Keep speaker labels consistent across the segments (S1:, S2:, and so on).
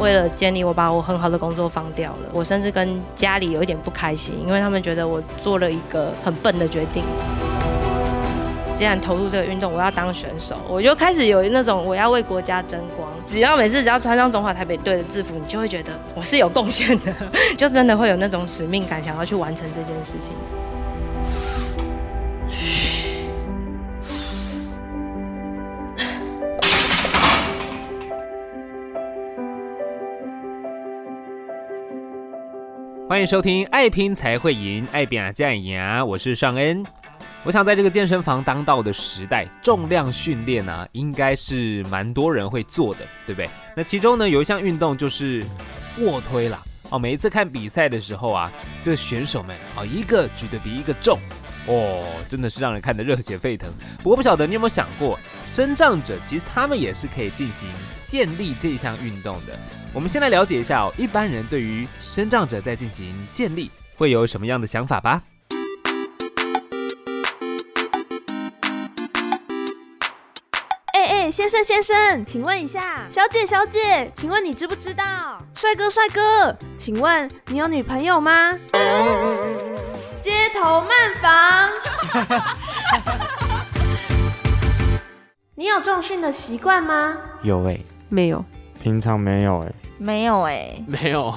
S1: 为了建立我把我很好的工作放掉了，我甚至跟家里有一点不开心，因为他们觉得我做了一个很笨的决定。既然投入这个运动，我要当选手，我就开始有那种我要为国家争光。 只要每次只要穿上中华台北队的制服，你就会觉得我是有贡献的，就真的会有那种使命感，想要去完成这件事情。
S2: 欢迎收听《爱拼才会赢》，爱拼啊，加赢啊！我是尚恩。我想在这个健身房当道的时代，重量训练呢、应该是蛮多人会做的，对不对？那其中呢，有一项运动就是卧推啦。哦，每一次看比赛的时候啊，这个选手们哦，一个举得比一个重，哦，真的是让人看得热血沸腾。不过不晓得你有没有想过，身障者其实他们也是可以进行建立这项运动的。我们先来了解一下哦，一般人对于身障者在进行建立会有什么样的想法吧。
S3: 哎哎，先生先生，请问一下，小姐小姐，请问你知不知道？帅哥帅哥，请问你有女朋友吗？街头漫房。你有重训的习惯吗？
S4: 有哎、
S5: 没有，
S4: 平常没有哎、
S6: 没有哎、
S7: 没有，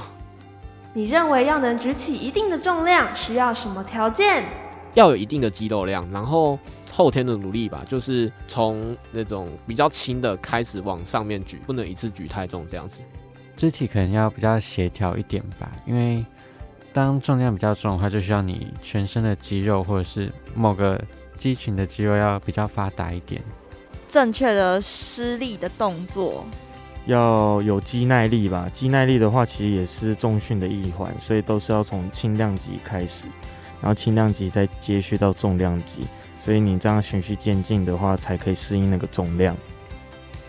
S3: 你认为要能举起一定的重量，需要什么条件？
S7: 要有一定的肌肉量，然后后天的努力吧，就是从那种比较轻的开始往上面举，不能一次举太重这样子。
S4: 肢体可能要比较协调一点吧，因为当重量比较重的话，就需要你全身的肌肉或者是某个肌群的肌肉要比较发达一点，
S6: 正确的施力的动作，
S8: 要有肌耐力吧。肌耐力的话，其实也是重训的一环，所以都是要从轻量级开始，然后轻量级再接续到重量级，所以你这样循序渐进的话，才可以适应那个重量。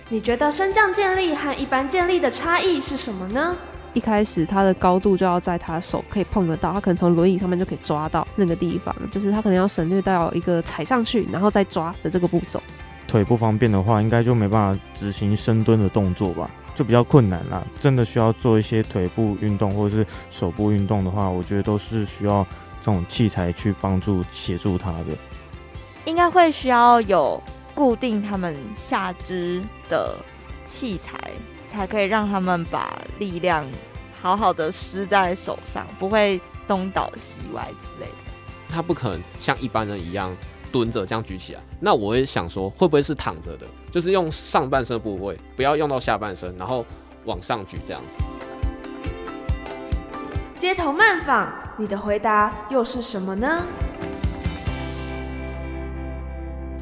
S3: 你觉得升降建立和一般建立的差异是什么呢？
S5: 一开始他的高度就要在他手可以碰得到，他可能从轮椅上面就可以抓到那个地方，就是他可能要省略到一个踩上去然后再抓的这个步骤。
S8: 腿不方便的话，应该就没办法执行深蹲的动作吧，就比较困难啦。真的需要做一些腿部运动或者是手部运动的话，我觉得都是需要这种器材去帮助协助他的。
S6: 应该会需要有固定他们下肢的器材，才可以让他们把力量好好的施在手上，不会东倒西歪之类的。
S7: 他不可能像一般人一样蹲着这样举起来。那我会想说，会不会是躺着的？就是用上半身的部位，不要用到下半身，然后往上举这样子。
S3: 街头漫访，你的回答又是什么呢？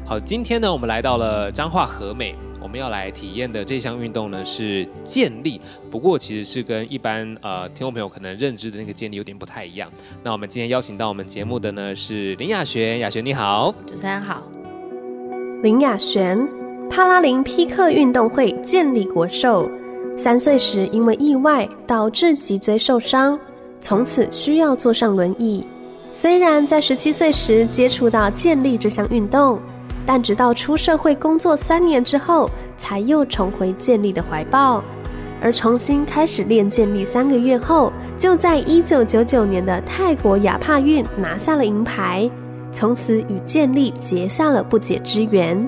S2: 好，今天呢，我们来到了彰化和美，我们要来体验的这项运动呢是健力，不过其实是跟一般呃听众朋友可能认知的那个健力有点不太一样。那我们今天邀请到我们节目的呢是林雅璇，雅璇你好，
S1: 主持人好，
S9: 林雅璇，帕拉林匹克运动会健力国手，三岁时因为意外导致脊椎受伤，从此需要坐上轮椅。虽然在十七岁时接触到健力这项运动，但直到出社会工作三年之后，才又重回健力的怀抱。而重新开始练健力三个月后，就在一九九九年的泰国亚帕运拿下了银牌，从此与健力结下了不解之缘。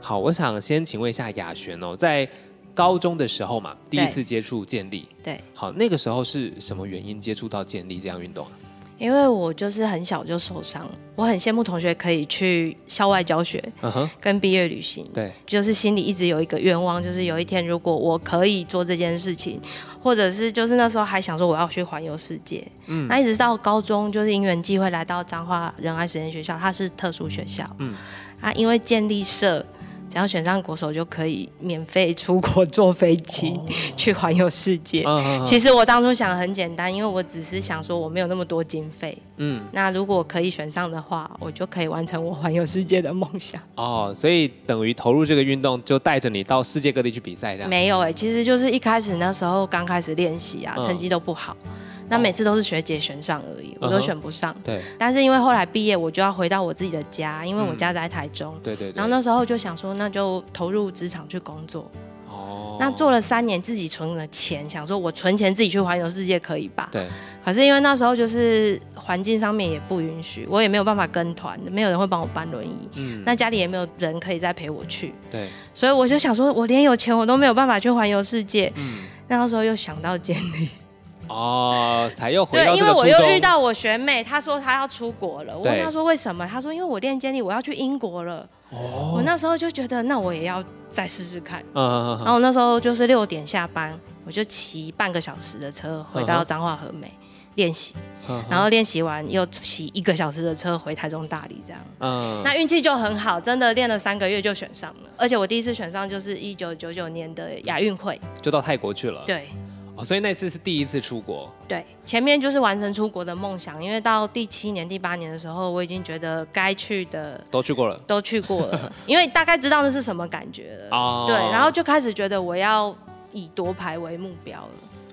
S2: 好，我想先请问一下雅璇哦，在高中的时候嘛，第一次接触健力，
S1: 对，
S2: 好，那个时候是什么原因接触到健力这项运动啊？
S1: 因为我就是很小就受伤，我很羡慕同学可以去校外教学
S2: 嗯哼，
S1: 跟毕业旅行，
S2: 对，
S1: 就是心里一直有一个愿望，就是有一天如果我可以做这件事情，或者是就是那时候还想说我要去环游世界。
S2: 嗯
S1: 那一直到高中，就是因缘际会来到彰化仁爱实验学校，它是特殊学校。
S2: 嗯
S1: 嗯，啊，因为建立社只要选上国手就可以免费出国坐飞机、
S2: 哦
S1: 去环游世界。
S2: 啊
S7: 嗯
S1: 其实我当初想得很简单，因为我只是想说我没有那么多经费，
S7: 嗯
S1: 那如果可以选上的话，我就可以完成我环游世界的梦想。
S2: 哦，所以等于投入这个运动，就带着你到世界各地去比赛这样。
S1: 没有哎、其实就是一开始那时候刚开始练习啊，
S7: 嗯
S1: 成绩都不好，
S2: 哦
S1: 那每次都是学姐选上而已，我
S7: 嗯
S1: 都
S7: 哼
S1: 选不上。
S2: 对
S1: 但是因为后来毕业，我就要回到我自己的家，因为我家在台中。
S2: 对嗯对对。
S1: 然后那时候就想说，那就投入职场去工作。
S2: 哦，
S1: 那做了三年，自己存了钱，想说我存钱自己去环游世界可以吧？
S2: 对
S1: 可是因为那时候就是环境上面也不允许，我也没有办法跟团，没有人会帮我搬轮椅，
S2: 嗯
S1: 那家里也没有人可以再陪我去，
S2: 对
S1: 所以我就想说，我连有钱我都没有办法去环游世界。
S2: 嗯
S1: 那时候又想到监理，
S2: 哦，才又回
S1: 对
S2: 到，这
S1: 因
S2: 个
S1: 为
S2: 初
S1: 我又
S2: 衷
S1: 遇到我学妹，她说她要出国了，我问
S2: 对
S1: 她说为什么，她说因为我练监理，我要去英国了。我
S2: 哦，
S1: 那时候就觉得，那我也要再试试看。
S2: 嗯
S1: 然后我那时候就是六点下班，我就骑半个小时的车回
S2: 嗯
S1: 到
S2: 哼
S1: 彰化和美练习，
S2: 嗯
S1: 然后练习完又骑一个小时的车回台中大理这样。
S2: 嗯
S1: 那运气就很好，真的练了三个月就选上了，而且我第一次选上就是一九九九年的亚运会，
S2: 就到泰国去了。
S1: 对。
S2: 哦，所以那次是第一次出国。
S1: 对，前面就是完成出国的梦想，因为到第七年、第八年的时候，我已经觉得该去的
S2: 都去过了
S1: 都去过了，因为大概知道那是什么感觉了。
S2: 哦，
S1: 对，然后就开始觉得我要以夺牌为目标了。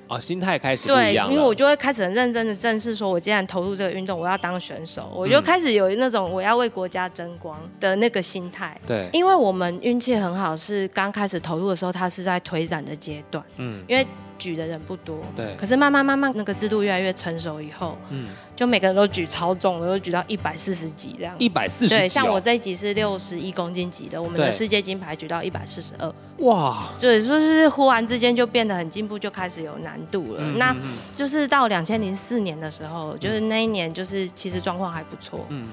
S2: 哦，心态开始不
S1: 对
S2: 一样，了
S1: 因为我就会开始很认真的正视，说我既然投入这个运动，我要当选手，我
S2: 嗯
S1: 就开始有那种我要为国家争光的那个心态。
S2: 对，
S1: 因为我们运气很好，是刚开始投入的时候，它是在推展的阶段，
S2: 嗯
S1: 因为举的人不多。
S2: 对
S1: 可是慢慢慢慢，那个制度越来越成熟以后，
S2: 嗯，
S1: 就每个人都举超重的，都举到一百四十几这样子。
S2: 一百四十哦
S1: 对，像我这一集是六十一公斤级的，我们
S2: 对
S1: 的世界金牌举到一百四十二，
S2: 哇，
S1: 对，就是忽然之间就变得很进步，就开始有难度了。
S2: 嗯
S1: 那
S2: 嗯
S1: 就是到两千零四年的时候，就是那一年，就是其实状况还不错，
S2: 嗯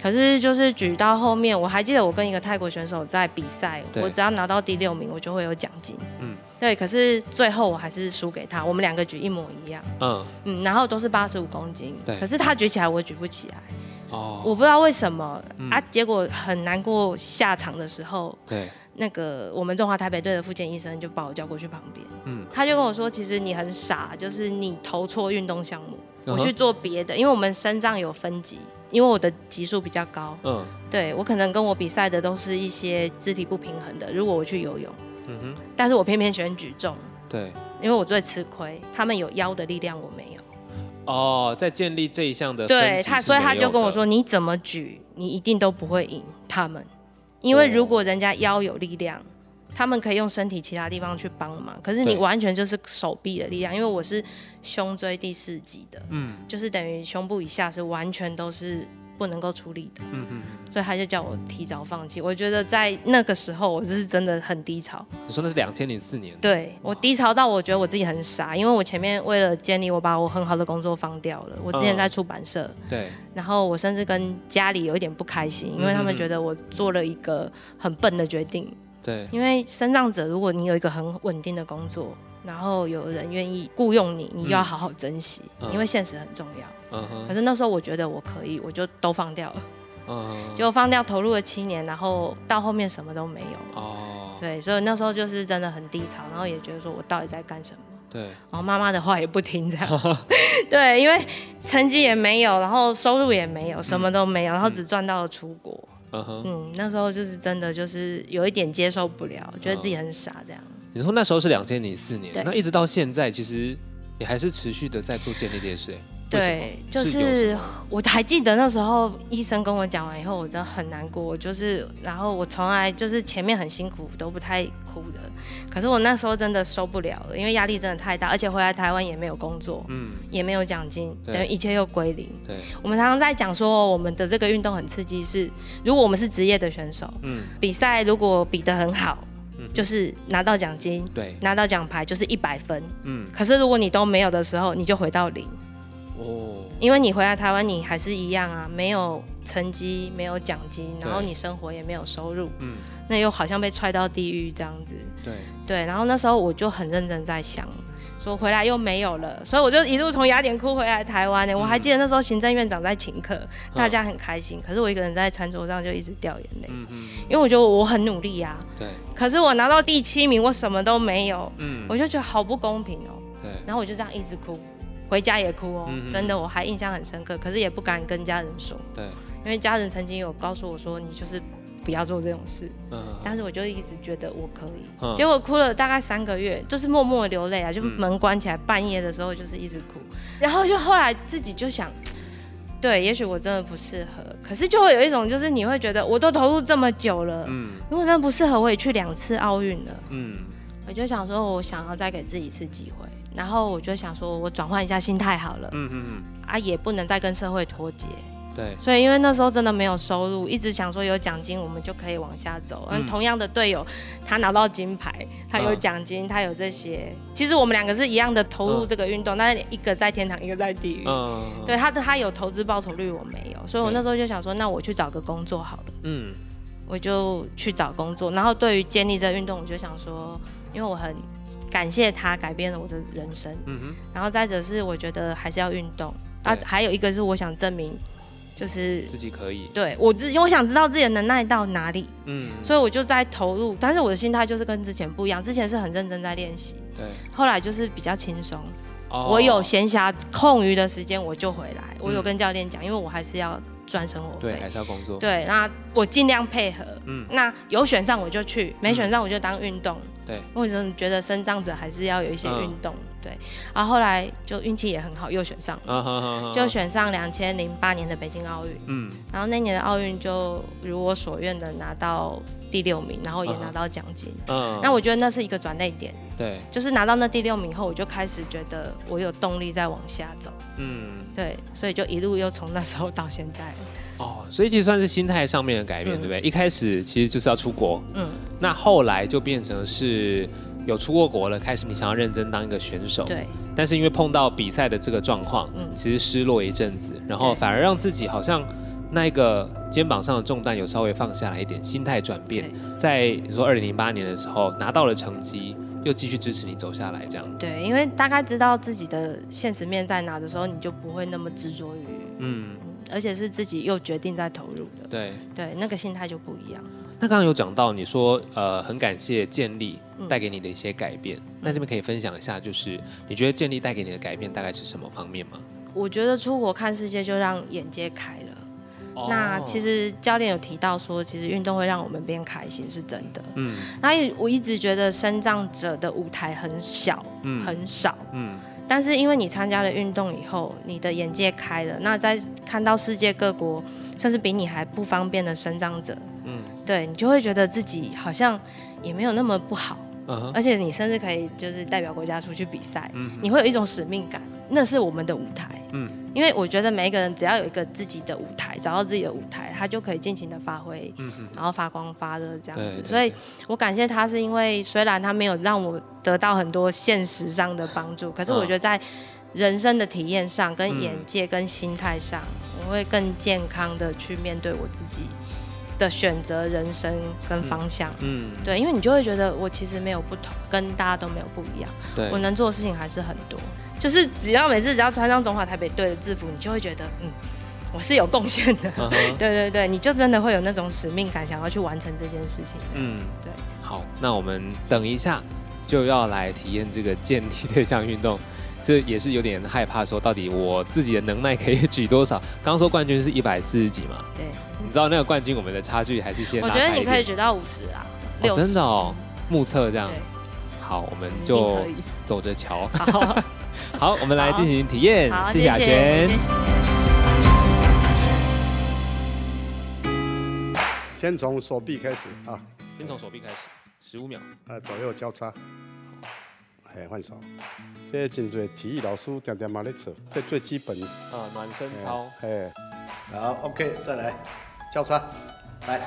S1: 可是就是举到后面，我还记得我跟一个泰国选手在比赛，
S2: 对
S1: 我只要拿到第六名，我就会有奖金。
S2: 嗯
S1: 嗯，对，可是最后我还是输给他，我们两个举一模一样，
S2: 嗯
S1: 嗯，然后都是八十五公斤
S2: 对，
S1: 可是他举起来我举不起来，
S2: 哦，
S1: 我不知道为什么、
S2: 嗯
S1: 啊，结果很难过下场的时候，
S2: 对，
S1: 那个我们中华台北队的复健医生就把我叫过去旁边，
S2: 嗯
S1: 他就跟我说，其实你很傻，就是你投错运动项目，
S2: 嗯
S1: 我
S2: 哼
S1: 去做别的，因为我们身障有分级，因为我的级数比较高，
S2: 嗯
S1: 对我可能跟我比赛的都是一些肢体不平衡的，如果我去游泳，
S2: 嗯哼，
S1: 但是我偏偏喜欢举重，
S2: 对，
S1: 因为我最吃亏，他们有腰的力量我没有，
S2: 哦，在建立这一项的分
S1: 对
S2: 歧
S1: 他，
S2: 是
S1: 所以他
S2: 没有
S1: 就跟我
S2: 的
S1: 说，你怎么举，你一定都不会赢他们，因为如果人家腰有力量。他们可以用身体其他地方去帮忙，可是你
S2: 对
S1: 完全就是手臂的力量，因为我是胸椎第四级的，
S2: 嗯
S1: 就是等于胸部以下是完全都是不能够处理的，
S2: 嗯嗯，
S1: 所以他就叫我提早放弃。我觉得在那个时候，我是真的很低潮，
S2: 嗯你说那是两千零四年，
S1: 对我低潮到我觉得我自己很傻，因为我前面为了建立，我把我很好的工作放掉了。我之前
S2: 嗯
S1: 在出版社，
S2: 对
S1: 然后我甚至跟家里有一点不开心，因为
S2: 嗯
S1: 他
S2: 嗯
S1: 们
S2: 嗯
S1: 觉得我做了一个很笨的决定。
S2: 对
S1: 因为身障者，如果你有一个很稳定的工作，然后有人愿意雇佣你，你就要
S2: 嗯
S1: 好好珍惜，
S2: 嗯
S1: 因为现实很重要。
S2: 嗯哼
S1: 可是那时候我觉得我可以，我就都放掉了，
S2: 嗯
S1: 就放掉投入了七年，然后到后面什么都没有。
S2: 哦
S1: 对，所以那时候就是真的很低潮，然后也觉得说我到底在干什么，
S2: 对
S1: 然后妈妈的话也不听这样。 对，因为成绩也没有，然后收入也没有，什么都没有，然后只赚到了出国。
S2: 嗯哼，
S1: 嗯，那时候就是真的就是有一点接受不了，觉得自己很傻这样。
S2: 你说那时候是两千零四年
S1: 对，
S2: 那一直到现在，其实你还是持续的在做建立这件事，哎为什么
S1: 对，就是
S2: 有
S1: 是
S2: 什么
S1: 我还记得那时候医生跟我讲完以后，我真的很难过。我就是，然后我从来就是前面很辛苦，都不太哭的。可是我那时候真的受不了了，因为压力真的太大，而且回来台湾也没有工作，
S2: 嗯
S1: 也没有奖金，
S2: 对
S1: 等于一切又归零。
S2: 对
S1: 我们常常在讲说，我们的这个运动很刺激是，如果我们是职业的选手，
S2: 嗯
S1: 比赛如果比得很好，
S2: 嗯
S1: 就是拿到奖金，
S2: 对
S1: 拿到奖牌就是一百分。
S2: 嗯
S1: 可是如果你都没有的时候，你就回到零。
S2: 哦，
S1: 因为你回来台湾，你还是一样啊，没有成绩，没有奖金，
S2: 对
S1: 然后你生活也没有收入，
S2: 嗯，
S1: 那又好像被踹到地狱这样子。
S2: 对，嗯
S1: 对，然后那时候我就很认真在想，说回来又没有了，所以我就一路从雅典哭回来台湾呢、欸我还记得那时候行政院长在请客，
S2: 嗯
S1: 大家很开心，可是我一个人在餐桌上就一直掉眼泪，
S2: 嗯嗯，
S1: 因为我觉得我很努力啊，
S2: 对，
S1: 可是我拿到第七名，我什么都没有，
S2: 嗯，
S1: 我就觉得好不公平哦、
S2: 对，
S1: 然后我就这样一直哭，回家也哭哦、
S2: 嗯嗯
S1: 真的我还印象很深刻，可是也不敢跟家人说，
S2: 对，
S1: 因为家人曾经有告诉我说你就是不要做这种事，
S2: 嗯，
S1: 但是我就一直觉得我可以，
S2: 嗯
S1: 结果哭了大概三个月，就是默默地流泪啊，就
S2: 嗯
S1: 门关起来，半夜的时候就是一直哭，然后就后来自己就想，对，也许我真的不适合，可是就会有一种就是你会觉得我都投入这么久了，
S2: 嗯
S1: 如果真的不适合，我也去两次奥运了，
S2: 嗯，
S1: 我就想说我想要再给自己一次机会，然后我就想说我转换一下心态好了，
S2: 嗯嗯
S1: 啊，也不能再跟社会脱节，
S2: 嗯，对，
S1: 所以因为那时候真的没有收入，一直想说有奖金我们就可以往下走。嗯，
S2: 嗯
S1: 同样的队友，他拿到金牌，他有
S2: 嗯
S1: 奖金，他有这些。其实我们两个是一样的投入
S2: 嗯
S1: 这个运动，但是一个在天堂，一个在地狱。
S2: 嗯，
S1: 对，他的他有投资报酬率，我没有，所以我
S2: 对
S1: 那时候就想说，那我去找个工作好了，
S2: 嗯
S1: 我就去找工作。然后对于建立这个运动，我就想说，因为我很感谢他改变了我的人生。
S2: 嗯哼，
S1: 然后再者是，我觉得还是要运动。啊，
S2: 对
S1: 还有一个是我想证明，就是
S2: 自己可以，
S1: 对我自己，我想知道自己的能耐到哪里，
S2: 嗯，
S1: 所以我就在投入。但是我的心态就是跟之前不一样，之前是很认真在练习，
S2: 对，
S1: 后来就是比较轻松。
S2: 哦
S1: 我有闲暇空余的时间我就回来，我
S2: 嗯
S1: 有跟教练讲，因为我还是要赚生活
S2: 对，
S1: 费
S2: 还。是要工作，，
S1: 对，那我尽量配合。
S2: 嗯
S1: 那有选上我就去，没选上我就当运动。
S2: 对
S1: 因为我真的觉得生长者还是要有一些
S2: 嗯
S1: 运动。对，然后后来就运气也很嗯好，又选上了，
S2: 啊哈哈哈，
S1: 就，选上两千零八年的北京奥运。
S2: 嗯，
S1: 然后那年的奥运就如我所愿的拿到第六名，然后也
S2: 嗯哼
S1: 拿到奖金。
S2: 嗯，
S1: 那我觉得那是一个转捩点，
S2: 对，
S1: 就是拿到那第六名后，我就开始觉得我有动力再往下走，
S2: 嗯，
S1: 对，所以就一路又从那时候到现在，
S2: 哦，所以其实算是心态上面的改变，
S1: 嗯
S2: 对不对？一开始其实就是要出国，
S1: 嗯，
S2: 那后来就变成是有出过国了，开始你想要认真当一个选手，
S1: 对，
S2: 但是因为碰到比赛的这个状况，
S1: 嗯
S2: 其实失落一阵子，然后
S1: 对
S2: 反而让自己好像那一个肩膀上的重担有稍微放下来一点，心态转变
S1: 对，
S2: 在你说二零零八年的时候拿到了成绩，又继续支持你走下来，这样，
S1: 对，因为大概知道自己的现实面在哪的时候，你就不会那么执着于，
S2: 嗯，
S1: 嗯而且是自己又决定在投入的，
S2: 对。
S1: 对，那个心态就不一样。
S2: 那刚刚有讲到你说，呃，很感谢建立
S1: 嗯
S2: 带给你的一些改变，那这边可以分享一下，就是你觉得建立带给你的改变大概是什么方面吗？
S1: 我觉得出国看世界就让眼界开了。那
S2: 哦
S1: 其，实教练有提到说，其实运动会让我们变开心，是真的。
S2: 嗯
S1: 那也我一直觉得身障者的舞台很小，
S2: 嗯
S1: 很少。
S2: 嗯
S1: 但是因为你参加了运动以后，你的眼界开了，那在看到世界各国，甚至比你还不方便的身障者，
S2: 嗯
S1: 对你就会觉得自己好像也没有那么不好，
S2: 嗯哼
S1: 而且你甚至可以就是代表国家出去比赛，
S2: 嗯哼
S1: 你会有一种使命感，那是我们的舞台。
S2: 嗯
S1: 因为我觉得每一个人只要有一个自己的舞台，找到自己的舞台，他就可以尽情的发挥，
S2: 嗯哼，
S1: 然后发光发热这样
S2: 对
S1: 子。
S2: 对
S1: 所以
S2: 对
S1: 我感谢他，是因为虽然他没有让我得到很多现实上的帮助，可是我
S2: 嗯
S1: 觉得在人生的体验上、跟
S2: 嗯
S1: 眼界、跟心态上，我会更健康的去面对我自己的选择、人生跟方向。
S2: 嗯，
S1: 对，因为你就会觉得我其实没有不同，跟大家都没有不一样。
S2: 对，
S1: 我能做的事情还是很多。就是只要每次只要穿上中华台北队的制服，你就会觉得，嗯，我是有贡献的。
S2: 嗯哼
S1: 对对对，你就真的会有那种使命感，想要去完成这件事情。
S2: 嗯，
S1: 对。
S2: 好，那我们等一下就要来体验这个健力这项运动， 这也是有点害怕，说到底我自己的能耐可以举多少？刚刚说冠军是一百四十几嘛，
S1: 对，
S2: 你知道那个冠军我们的差距还是先
S1: 我
S2: 拉
S1: 觉得
S2: 开一
S1: 你可以
S2: 点
S1: 举到五十啦，
S2: 哦
S1: 六十、
S2: 真的哦，目测这样
S1: 对。
S2: 好，我们
S1: 一定
S2: 就
S1: 可以。
S2: 走着瞧。啊
S1: 好，
S2: 好，我们来进行体验
S1: 好，，
S2: 谢谢雅璇
S1: 谢。
S10: 先从手臂开始啊，
S2: 先从手臂开始，十五秒。
S10: 啊左右交叉，哎换手。这真侪体育老师常常嘛咧做，这最基本。
S2: 啊，暖身
S10: 哎
S2: 操。
S10: 哎，好，OK，再来交叉，来，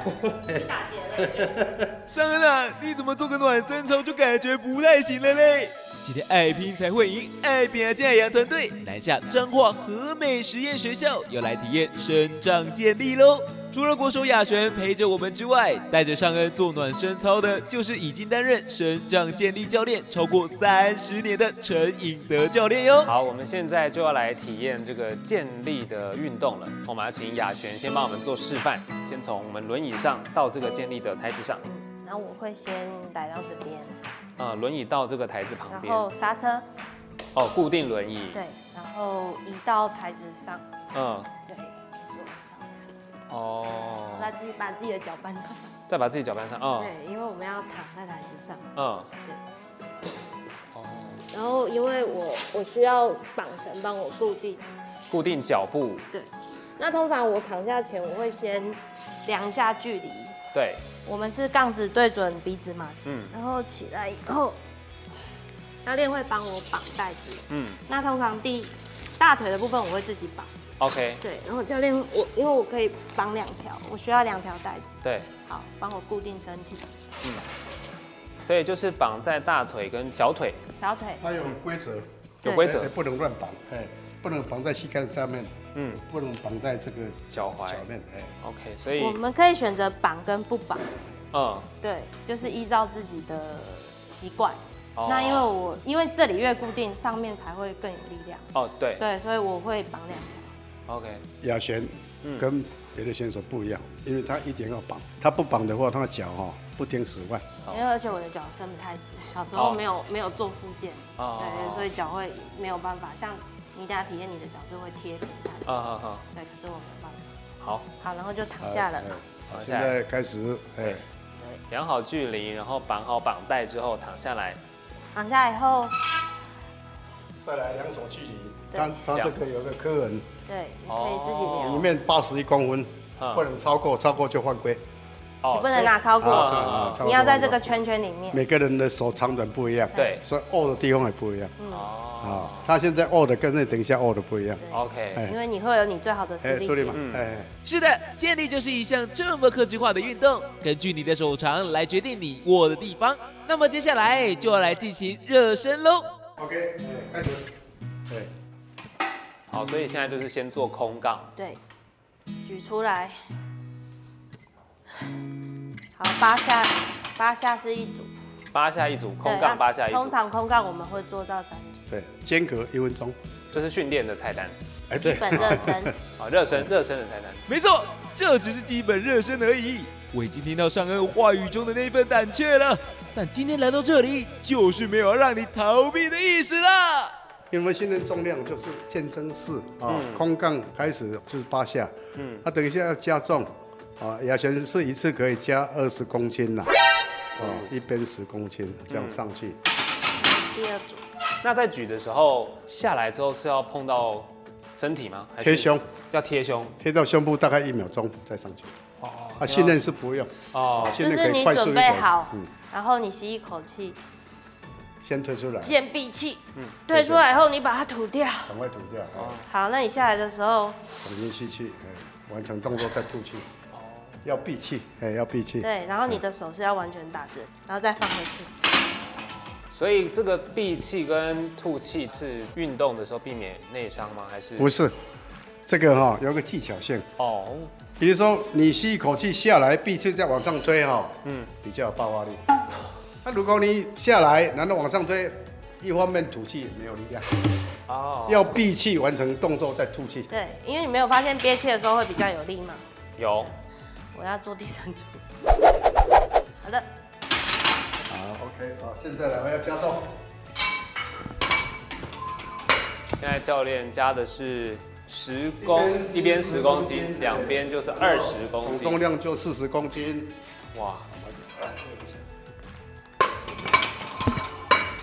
S11: 尚恩啊，你怎么做个暖身操就感觉不太行了嘞？今天爱拼才会赢，爱拼的健阳团队南下彰化和美实验学校，要来体验生长健力喽。除了国手亚璇陪着我们之外，带着尚恩做暖身操的，就是已经担任生长健力教练超过三十年的陈颖德教练哟。
S2: 好，我们现在就要来体验这个健力的运动了。我们要请雅璇先帮我们做示范，先从我们轮椅上到这个健力的台子上，
S1: 然后我会先来到这边，
S2: 呃，轮椅到这个台子旁
S1: 然
S2: 边，
S1: 后刹车，
S2: 哦，固定轮椅，
S1: 对，然后移到台子上，
S2: 嗯，
S1: 对，坐上，
S2: 哦，
S1: 把自己把自己的脚搬到，
S2: 再把自己搅拌上，嗯，
S1: 对，因为我们要躺在台子上，
S2: 嗯，
S1: 然后因为我我需要绑绳帮我固定，
S2: 固定脚步，
S1: 对，那通常我躺下前我会先量一下距离，
S2: 对，
S1: 我们是杠子对准鼻子嘛，
S2: 嗯
S1: 然后起来以后，教练会帮我绑带子，
S2: 嗯
S1: 那通常第大腿的部分我会自己绑，
S2: ，OK，
S1: 对，然后教练我因为我可以绑两条，我需要两条带子，
S2: 对，
S1: 好，帮我固定身体，
S2: 所以就是绑在大腿跟小腿，
S1: 小腿，
S10: 它有规则，
S2: 有规则
S10: 哎不能乱绑，哎，不能绑在膝盖上面，
S2: 嗯
S10: 不能绑在这个
S2: 脚踝
S10: 脚面，哎，
S2: ，OK，所以
S1: 我，们可以选择绑跟不绑，
S2: 嗯，
S1: 对，就是依照自己的习惯。
S2: 哦
S1: 那因为我因为这里越固定，上面才会更有力量，
S2: 哦，对
S1: 对，所以我会绑两条。
S2: ，OK，
S10: 亚璇跟别的选手不一样，因为他一定要绑，他不绑的话，他的脚哈不听使唤。
S1: 因为而且我的脚伸不太直，小时
S2: 哦
S1: 候没有、没有做复健，
S2: 哦
S1: 对，所以脚会没有办法。像你等下体验，你的脚是会贴平板，
S2: 嗯嗯嗯，
S1: 对，可是我没有办法。
S2: 好，
S1: 好，然后就躺下了
S10: 哎
S1: 嘛。
S10: 好
S2: 好
S10: 现在开始，哎，
S2: 量好距离，然后绑好绑带之后躺下来，
S1: 躺下以后，
S10: 再来两手距离，
S1: 对
S10: 他他这个有个科文，
S1: 对，你可以自己
S2: 哦
S1: 量，
S10: 里面八十一公分，
S2: 嗯
S10: 不能超过，超过就犯规。
S2: 哦
S1: 你不能拿超过，
S2: 哦
S10: 啊
S1: 你要在这个，圈圈里面。
S10: 每个人的手长短不一样，
S2: 对
S10: 所以握的地方也不一样
S2: 哦
S10: 啊。他现在握的跟那等一下握的不一样，
S2: ，OK，
S10: 哎
S1: 因为你会有你最好的实
S10: 哎，
S1: 力
S10: 助。理嘛，
S2: 嗯
S10: 哎。
S11: 是的，健力就是一项这么克制化的运动，根据你的手长来决定你握的地方。那么接下来就要来进行热身喽。
S10: OK，开始。对，
S2: 好，所以现在就是先做空杠，
S1: 对，举出来。好，八下，八下是一组，
S2: 八下一组，空
S1: 对
S2: 杠
S1: 那
S2: 八下一
S1: 通
S2: 组，
S1: 常空杠我们会做到三组，
S10: 对，间隔一分钟。
S2: 这是训练的菜单，
S10: 哎，
S1: 基本热身。
S2: 啊，热身热身的菜单，
S11: 没错，这只是基本热身而已。我已经听到尚恩话语中的那份胆怯了，但今天来到这里，就是没有让你逃避的意思啦。
S10: 因为我们训练重量就是健身式啊
S2: 嗯，
S10: 空杠开始就是八下，
S2: 嗯
S10: 嗯，啊，等一下要加重，啊，亚璇是一次可以加二十公斤呐，啊，一边十公斤这样上去，
S1: 第二组，
S2: 那在举的时候下来之后是要碰到身体吗？还是
S10: 贴胸，
S2: 要贴胸
S10: 贴到胸部大概一秒钟再上去。
S2: 哦
S10: 啊，训练是不用，
S2: 哦
S10: 啊，，训
S1: 就
S10: 练可
S1: 是
S10: 以
S1: 你
S10: 快速
S1: 准
S10: 一
S1: 备
S10: 点，
S1: 好
S10: 嗯，，
S1: 然后你吸一口气，
S10: 先推出来，
S1: 先闭气，
S2: 嗯
S1: 退出来以后你把它吐掉。
S10: 赶快吐掉，啊，
S1: 好，那你下来的时候，
S10: 吐进吸气，哎，完成动作再吐气，要闭气，哎，要闭气，
S1: 对，然后你的手是要完全打正，然后再放回去。
S2: 所以这个闭气跟吐气是运动的时候避免内伤吗？还是
S10: 不是，这个哈、有个技巧性，
S2: 哦，
S10: 比如说你吸一口气下来，闭气再往上推哈、
S2: 嗯，
S10: 比较有爆发力。那如果你下来，然后往上推，一方面吐气没有力量，
S2: 哦，
S10: 要闭气完成动作再吐气。
S1: 对，因为你没有发现憋气的时候会比较有力嘛。
S2: 有
S1: 我要做第三组。好的，
S10: 好，OK，好，啊现在来我要加重，
S2: 现在教练加的是十公
S10: 一边
S2: 一边十公
S10: 10公
S2: 斤，
S10: 斤
S2: 两边就是二十公
S10: 总重
S2: 斤。
S10: 量就四十公斤。
S2: 哇，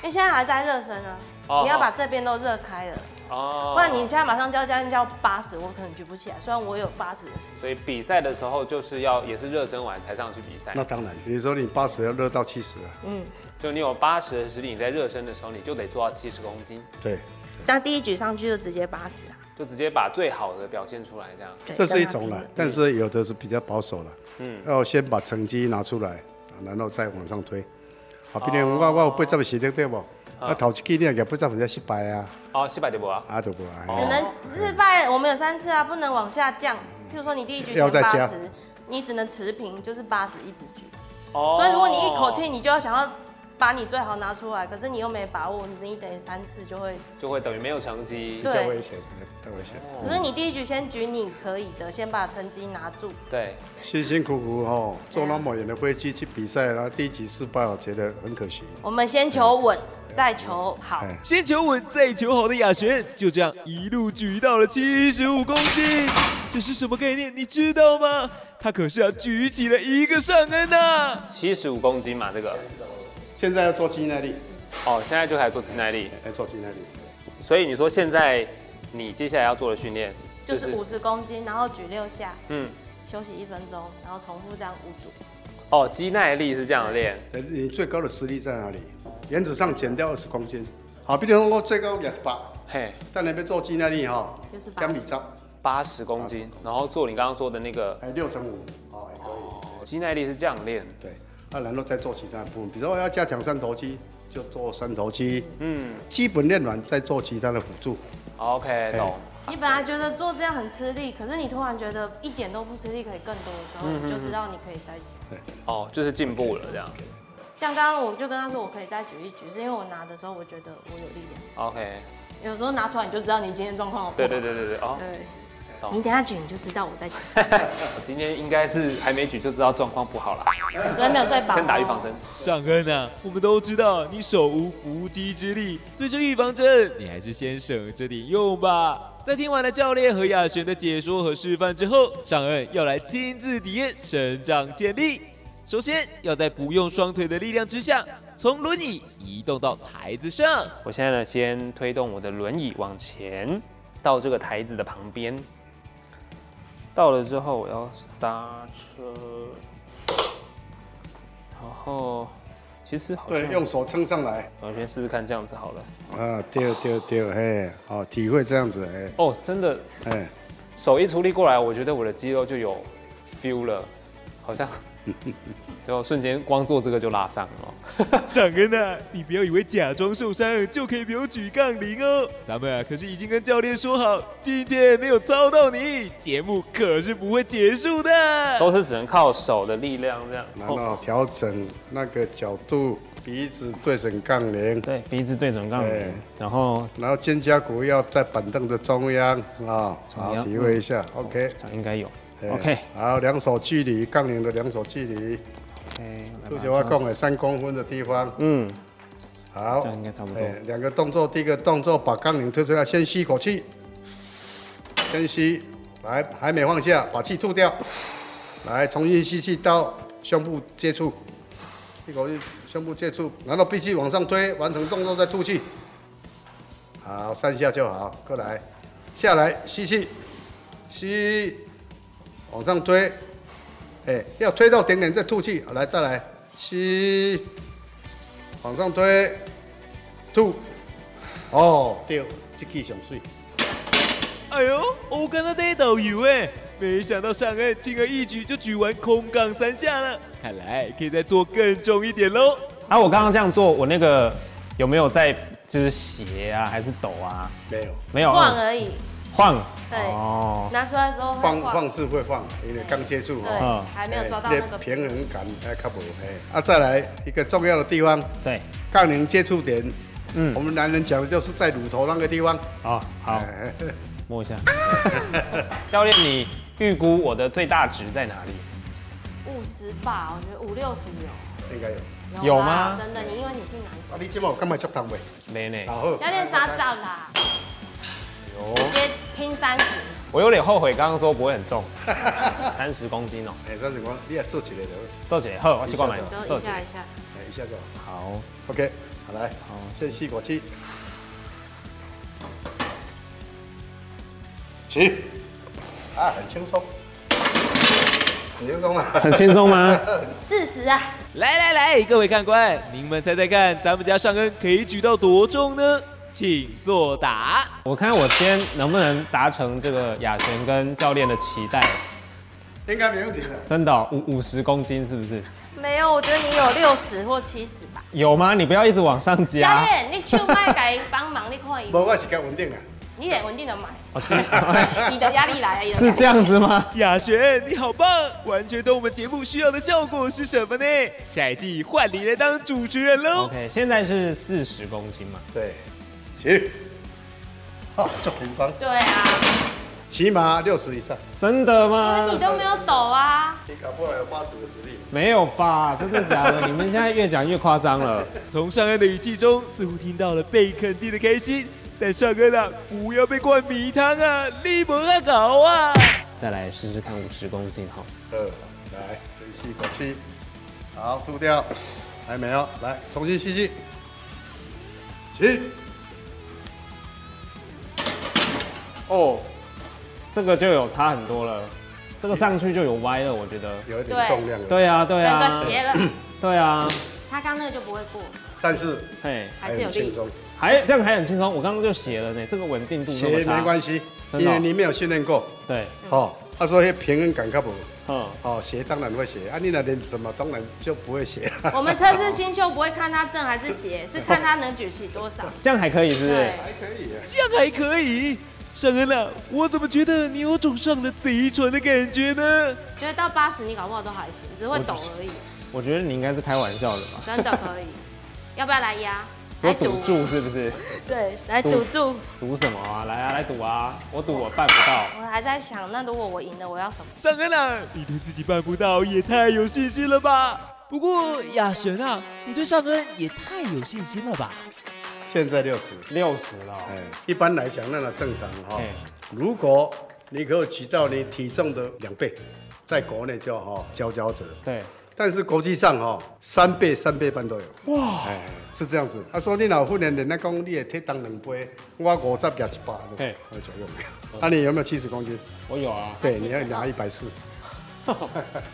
S1: 因为现在还在热身啊，
S2: 哦
S1: 你要把这边都热开了，
S2: 哦，
S1: 不然你现在马上叫教练叫八十，我可能举不起来。虽然我有八十的实力，
S2: 所以比赛的时候就是要也是热身完才上去比赛
S10: 那。当然，比如说你八十要热到七十啊，
S1: 嗯。
S2: 就你有八十的实力，你在热身的时候你就得做到七十公斤，
S10: 对，
S1: 那第一局上去就直接八十啊。
S2: 就直接把最好的表现出来这样。
S1: 对
S10: 这是一
S1: 跟他
S10: 种
S1: 拼
S10: 了
S1: 了，
S10: 但是有的是比较保守了，
S2: 嗯，
S10: 要先把成绩拿出来，然后再往上推。啊，比如
S2: 哦
S10: 我我有八十实力对不？
S5: 啊，头一期你也不知道人家失败啊，
S2: 哦，失败对不啊？
S5: 啊，都无啊。
S1: 只能失败，我们有三次啊，不能往下降。譬如说你第一局
S5: 要
S1: 得
S5: 再
S1: 八
S5: 加
S1: 十，你只能持平，就是八十一直局。
S2: 哦
S1: 所以如果你一口气，你就要想要把你最好拿出来，可是你又没把握，你等于三次就会。
S2: 就会等于没有成绩，
S1: 对比较危
S5: 险，比较危险。
S1: 可是你第一局先局你可以的，先把成绩拿住。
S2: 对，
S5: 辛辛苦苦哦，坐那么远的飞机去比赛，然后第一局失败，我觉得很可惜。哎
S1: 我们先求稳，再求好。
S11: 先求稳再求好的雅璇，就这样一路举到了七十五公斤，这是什么概念？你知道吗？他可是要举起了一个上恩呐、
S2: 七十五公斤嘛，这个。
S5: 现在要做肌耐力。哎
S2: 哦，现在就开始做肌耐力。
S5: 来做肌耐力。
S2: 所以你说现在你接下来要做的训练
S1: 就是五十公斤，然后举六下，
S2: 嗯，
S1: 休息一分钟，然后重复这样五组。
S2: 哦，肌耐力是这样练。
S5: 呃你最高的实力在哪里？原则上减掉二十公斤，好，比如说我最高二十八，
S2: 嘿，
S5: 但你要做肌耐力哈，
S1: 就是
S5: 两米三，
S2: 八十公斤，然后做你刚刚说的那个，
S5: 哎，六乘五，
S2: 哦，肌耐力是这样练。
S5: 对，啊，然后再做其他部分，比如说我要加强三头肌，就做三头肌，
S2: 嗯
S5: 基本练完再做其他的辅助。
S2: ，OK，
S5: 懂。
S1: 你本来觉得做这样很吃力，可是你突然觉得一点都不吃力，可以更多的时候，
S2: 嗯嗯嗯
S1: 你就知道你可以再举。
S2: 哦，就是进步了这样。
S1: 像刚刚我就跟他说，我可以再举一举，是因为我拿的时候我觉得我有力量。
S2: OK，
S1: 有时候拿出来你就知道你今天状况好不
S2: 对
S1: 好。
S2: 对对对对，哦，
S1: 对
S2: 懂
S1: 你等一下举你就知道我在举，
S2: 我今天应该是还没举就知道状况不好啦。
S1: 昨天没有睡饱哦
S2: 先打预防针。
S11: 上恩啊，我们都知道你手无缚鸡之力，所以这预防针你还是先省着点用吧。在听完了教练和雅璇的解说和示范之后，上恩要来亲自体验生长建立。首先要在不用双腿的力量之下，从轮椅移动到台子上。
S2: 我现在呢，先推动我的轮椅往前，到这个台子的旁边。到了之后，我要刹车，然后其实好像
S5: 对，用手撑上来。
S2: 我先试试看，这样子好了。
S5: 啊，对对
S10: 哦
S5: 对，嘿，好，体会这样子，哎，
S2: 哦，真的，
S5: 哎，
S2: 手一出力过来，我觉得我的肌肉就有 feel 了，好 像就瞬间光做这个就拉伤了。
S11: 上恩啊，你不要以为假装受伤就可以不用举杠铃哦。咱们啊可是已经跟教练说好，今天没有操到你，节目可是不会结束 的。
S2: 都是只能靠手的力量这样。
S5: 然后调整那个角度，鼻子对准杠铃，
S2: 对，鼻子对准杠铃
S5: 对，
S2: 然后
S5: 然后肩胛骨要在板凳的中央啊，
S2: 中
S5: 好，
S2: 央
S5: 体会一下，OK，
S2: 这样嗯应该有
S5: 哎
S2: OK
S5: 好，两手距离，杠铃的两手距离，
S2: 哎，
S5: 杜小花共有三公分的地方，
S2: 嗯，
S5: 好，
S2: 这样应该差不多
S5: 哎两个动作，第一个动作把杠铃推出来，先吸一口气，先吸，来，还没放下，把气吐掉，来，重新吸气到哦胸部接触，一口气胸部接触，然后闭气往上推，完成动作再吐气，好，三下就好，过来，下来吸气，吸，往上推，哎，要推到顶点再吐气，好来再来吸，往上推，吐，哦，对，这句上水，
S11: 哎呦，我跟他带导游哎，没想到上恩轻而易举就举完空杠三下了，看来可以再做更重一点喽。
S2: 啊，我刚刚这样做，我那个有没有在就是斜啊，还是抖啊？
S5: 没有，
S2: 没有
S1: 晃
S2: 嗯
S1: 哦而已。
S2: 晃。
S1: 对
S2: 哦，
S1: 拿出来的时候会
S5: 放
S1: 晃，
S5: 放是会放，因为刚接触
S1: 对
S2: 嗯
S5: 哦，
S1: 还没有抓到那个
S5: 哎平衡感，哎，靠谱，哎，啊，再来一个重要的地方，
S2: 对，
S5: 杠铃接触点，
S2: 嗯，
S5: 我们男人讲的就是在乳头那个地方，
S2: 好好
S5: 哎
S2: 摸一下。 教练，你预估我的最大值在哪里？
S1: 五十吧，我觉得五六十
S5: 应该有。
S1: 有。
S2: 有
S1: 啦
S2: 吗
S1: 真的，你因为你是男生。
S5: 啊，你今晚有感觉足痛未？
S2: 没呢。
S5: 好
S1: 教练杀照啦，
S2: 有
S1: 直接拼三十。
S2: 我有点后悔，刚刚说不会很 重，三十公斤哦。
S5: 哎，三十公，你也做起来了，
S2: 做姐，好，我去逛买
S5: 你。
S2: 做
S1: 就一
S2: 姐，
S1: 下一下，
S5: 哎，一下就好。
S2: 好，
S5: OK，好来，好，先吸口气，起，啊，很轻松，很轻松啊，
S2: 很轻松吗？
S1: 四十啊，
S11: 来来来，各位看官，你们猜猜看，咱们家上恩可以举到多重呢？请作答。
S2: 我看我今天能不能达成这个雅璇跟教练的期待。
S9: 应该没问题的。
S2: 真的哦五五十公斤是不是？
S1: 没有，我觉得你有六十或七十吧。
S2: 有吗？你不要一直往上
S1: 教
S2: 加。
S1: 练，你手麦给帮忙，你看伊，
S9: 无，我是较稳定的。
S1: 你得稳定的买，
S2: 哦真的
S1: 你的压力来了。你的压力
S2: 是这样子吗？
S11: 雅璇，你好棒，完全懂我们节目需要的效果是什么呢？下一季换你来当主持人喽。
S2: OK，现在是四十公斤嘛？
S9: 对，行，哈，就平常，
S1: 对啊，
S9: 起码六十以上。
S2: 真的
S1: 因为你
S2: 吗？
S1: 都没有抖啊。
S9: 你搞不好有八十的实力。
S2: 没有吧？真的假的？你们现在越讲越夸张 了。
S11: 从上恩的语气中，似乎听到了被肯定的开心，但上恩啊，不要被灌迷汤啊，立马啊搞啊！
S2: 再来试试看五十公斤哈。
S9: 二，呃来，深吸一口气，好，吐掉，还没有，来，重新吸气，吸，
S2: 哦，这个就有差很多了，这个上去就有歪了，我觉得。
S9: 有一
S1: 点重量了
S2: 对啊，对
S1: 整
S2: 啊
S1: 个。斜了，
S2: 对啊，
S1: 他刚那个就不会过，
S9: 但是
S2: 嘿，
S1: 还是有力。
S9: 松，
S2: 还这样还很轻松。我刚刚就斜了呢，这个稳定度
S9: 斜没
S2: 系。
S9: 关系，
S2: 真
S9: 因
S2: 的哦
S9: 为你没有训练过，
S2: 对，
S9: 哦，他说那平衡感较无，
S2: 嗯，
S9: 哦，斜当然会斜，啊，你那练什么当然就不会斜了，
S1: 我们测试新秀不会看他正还是斜， 是看他能举起多少。
S2: 这样还可以是不是
S1: 对？
S9: 还可以耶，
S11: 这样还可以。上恩啊，我怎么觉得你有种上了贼船的感觉呢？
S1: 觉得到八十你搞不好都还行，只会抖而已，
S2: 我觉得你应该是开玩笑的吧？
S1: 真 的可以。要不要来压？
S2: 我
S1: 来
S2: 赌注是不是？
S1: 对，来
S2: 赌
S1: 赌注。
S2: 赌什么啊？来啊，来赌啊！我赌我办不到。
S1: 我还在想，那如果我赢了，我要什么？
S11: 上恩啊，你对自己办不到也太有信心了吧？不过雅璇啊，你对上恩也太有信心了吧？
S9: 现在六十，
S2: 六十了哦，
S9: 哎，一般来讲那个正常哦哈、
S2: 哎
S9: 如果你可以举到你体重的两倍，在国内叫哈佼佼者，
S2: 对，
S9: 但是国际上哈、三倍、三倍半都有。哇，哎，是这样子。他说你老妇人，人家讲你也体重两倍，我五十也一百，
S2: 嘿
S9: 我就用。那、啊、你有没有七十公斤？
S2: 我有啊，
S9: 对，你要拿一百四。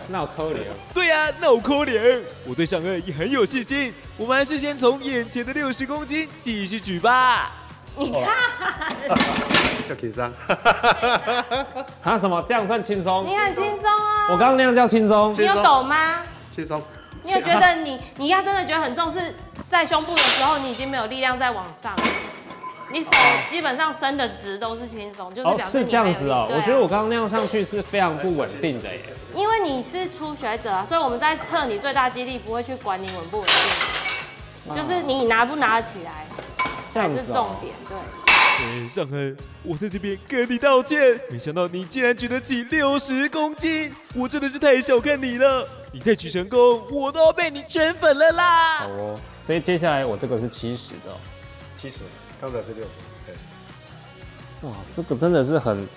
S2: 那我扣零。
S11: 对呀、啊，那我抠脸。我对上恩也很有信心。我们还是先从眼前的六十公斤继续举吧。
S1: 你
S2: 哦
S1: 看，
S9: 叫轻松，
S2: 啊什么？这样算轻松？
S1: 你很轻松
S2: 我
S1: 啊。
S2: 刚刚那样叫轻松？
S1: 你有抖吗？
S9: 轻松。
S1: 你有觉得你你要真的觉得很重，是在胸部的时候，你已经没有力量再往上了，你手基本上伸的直都是轻松，就是
S2: 哦，
S1: 表示
S2: 是这
S1: 你还有
S2: 样
S1: 力
S2: 子哦。
S1: 对啊
S2: 我觉得我刚刚那样上去是非常不稳定的耶。
S1: 因为你是初学者啊，所以我们在测你最大肌力，不会去管你稳不稳定，
S2: 啊
S1: 就是你拿不拿得起来
S2: 哦
S1: 才是重点。对，
S11: 哎，尚恩，我在这边跟你道歉，没想到你竟然举得起六十公斤，我真的是太小看你了。你再举成功，我都要被你圈粉了啦
S2: 好！哦，所以接下来我这个是七十的哦、
S9: 七十，刚才是六十。对，
S2: 哇，这个真的是很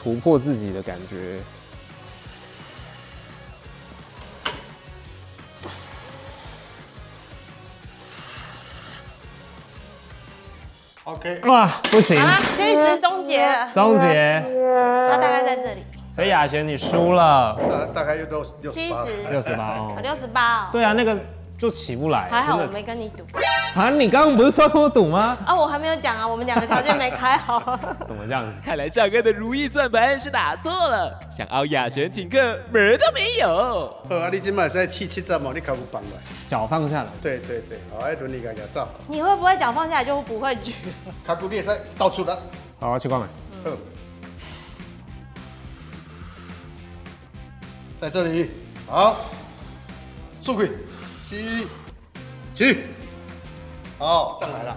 S2: 突破自己的感觉。
S9: OK，
S2: 哇，不行，
S1: 好啦，其实终结了，
S2: 终结。
S1: 那大概在这里，
S2: 所以雅璇你输了
S9: 那大概又到六十
S1: 七
S9: 八。
S2: 六
S1: 十，
S2: 十八哦。
S1: 六十八哦，
S2: 对啊，那个就起不来。
S1: 还好我
S2: 真的
S1: 没跟你赌
S2: 啊，你刚刚不是说跟我赌吗？
S1: 啊，我还没有讲啊，我们两个条件没开好。
S2: 怎么这样子？
S11: 看来尚恩的如意算盘是打错了，想熬雅璇请客门儿都没有。
S9: 好，啊，你今麦在七七十嘛，你可有放来？
S2: 脚放下来。
S9: 对对对，好，哎，轮你家家走，
S1: 你会不会脚放下来就不会举？
S9: 卡古列赛到处了。
S2: 好，我去逛买。
S9: 嗯，在这里，好，速回，吸，起，好，
S5: 哦
S9: 上来了，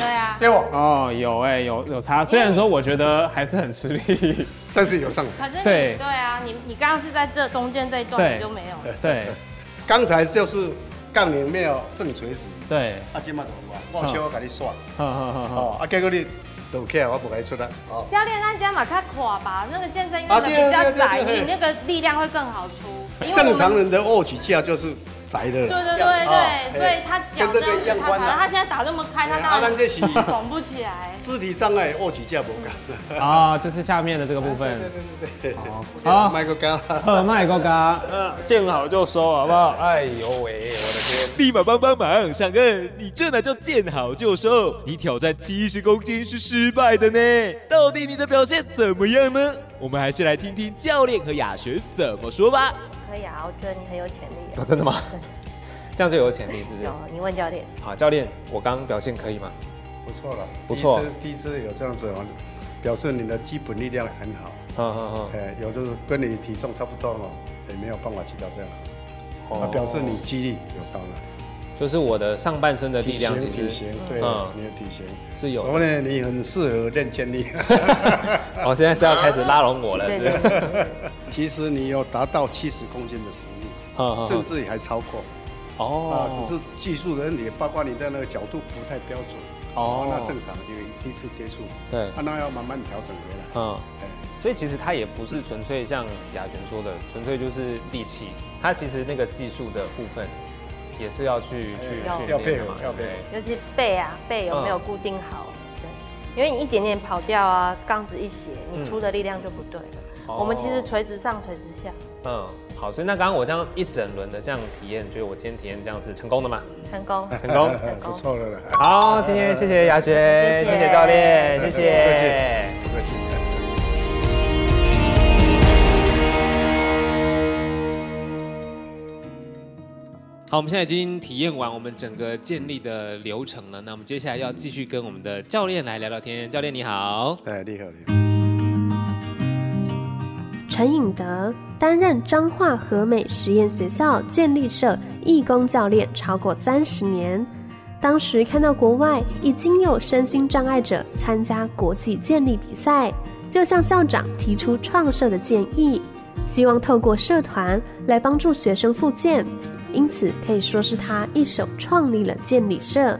S1: 对啊，
S9: 给我，
S2: 哦，有哎、有有差。虽然说我觉得还是很吃力，
S9: 但是有上来。
S1: 可是你
S2: 对
S1: 对啊，你你刚刚是在这中间这一段
S2: 对
S1: 你就没有了，
S2: 对
S9: 刚才就是杠铃没有正垂直，
S2: 对，
S9: 啊，今嘛怎么办？我小我给你算，
S2: 呵呵呵呵。
S9: 哦，啊，结果你抖起来，我不给你出来，哦，
S1: 教练，那加马卡垮吧，那个健身运
S9: 啊
S1: 动
S9: 对
S1: 比较窄
S9: 对对
S1: 一
S9: 对
S1: 点，那个力量会更好出。因为我
S9: 正
S1: 们
S9: 常人的握举架就是
S10: 窄的
S12: 对
S10: 了。
S12: 对对
S10: 啊
S12: 对，所以
S10: 哎
S12: 他脚
S10: 跟这
S12: 这
S10: 个
S12: 样
S10: 一
S12: 子
S10: 样
S12: 他
S10: 关
S12: 打，
S10: 啊
S12: 他现在打那么开，他
S10: 啊
S12: 当
S10: 咱 这是
S12: 然拱不起来。
S10: 肢体障碍握几架不敢。
S13: 啊，就是下面的这个部 分。
S10: 对对对。好，
S13: 好，
S10: 麦克嘎啦。
S13: 喝麦克 嘎，嗯，见好就收，好不 好？哎呦喂，我的 天！
S11: 立马帮帮忙，尚恩，你这哪叫见好就收？你挑战七十公斤是失败的呢。到底你的表现怎么样呢？我们还是来听听教练和雅璇怎么说吧。
S14: 可以啊，我觉得你很有潜力啊。
S2: 哦真的吗这样就有潜力，是不是
S14: 有？，你问教练。
S2: 好，教练，我刚表现可以吗？
S10: 不错了，
S2: 不错
S10: 第一次第一次有这样子哦，表示你的基本力量很好。
S2: 嗯嗯嗯。
S10: 哎，有就是跟你体重差不多哦，也没有办法去到这样子。
S2: 哦
S10: 那表示你肌力有到了。
S2: 就是我的上半身的力量，
S10: 体型
S2: 其实嗯
S10: 体型对你的体型
S2: 是有的
S10: 所以呢，你很适合练健力。
S2: 哦，现在是要开始拉拢我了，是不是
S10: 其实你有达到七十公斤的实
S2: 嗯嗯
S10: 力，甚至也还超过。
S2: 哦
S10: 啊，只是技术的问题，包括你的那个角度不太标准。
S2: 哦
S10: 那正常，因为第一次接触。
S2: 对
S10: 啊，那要慢慢调整回来。哎
S2: 嗯，所以其实他也不是纯粹像雅璇说的，纯粹就是力气，他其实那个技术的部分也是要去去
S14: 要
S2: 训
S10: 哎
S2: 练的
S10: 要配合
S2: 嘛，对
S10: 要
S2: 不对
S14: 尤其背啊，背有没有固定好？对，因为你一点点跑掉啊，杠子一斜，你出的力量就不对了。
S2: 嗯
S14: 我们其实垂直上、垂直下，
S2: 嗯，好，所以那刚刚我这样一整轮的这样体验，觉得我今天体验这样是成功的 嘛？
S14: 成功。
S2: 成功
S10: 不错了啦。
S2: 好，今天谢谢雅璇，
S14: 谢谢
S2: 谢谢教练，谢谢，
S10: 不客气，不客气。
S2: 好，我们现在已经体验完我们整个建立的流程了，那我们接下来要继续跟我们的教练来聊聊天。教练你好，
S10: 哎，你好，你好。
S9: 陈颖德担任彰化和美实验学校建立社义工教练超过三十年。当时看到国外已经有身心障碍者参加国际建立比赛，就向校长提出创社的建议，希望透过社团来帮助学生复健，因此可以说是他一手创立了建立社。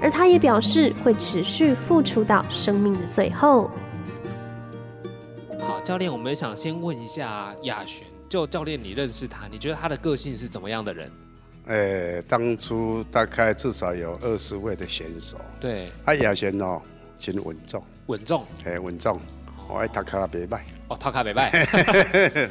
S9: 而他也表示会持续付出到生命的最后。
S2: 好，教练，我们想先问一下亚璇，就教练你认识他，你觉得他的个性是怎么样的人？
S10: 呃，当初大概至少有二十位的选手，
S2: 对，
S10: 啊，亚轩哦，真稳重，
S2: 稳重，
S10: 哎，稳重，我爱他卡拉别拜，
S2: 哦，陶卡北拜，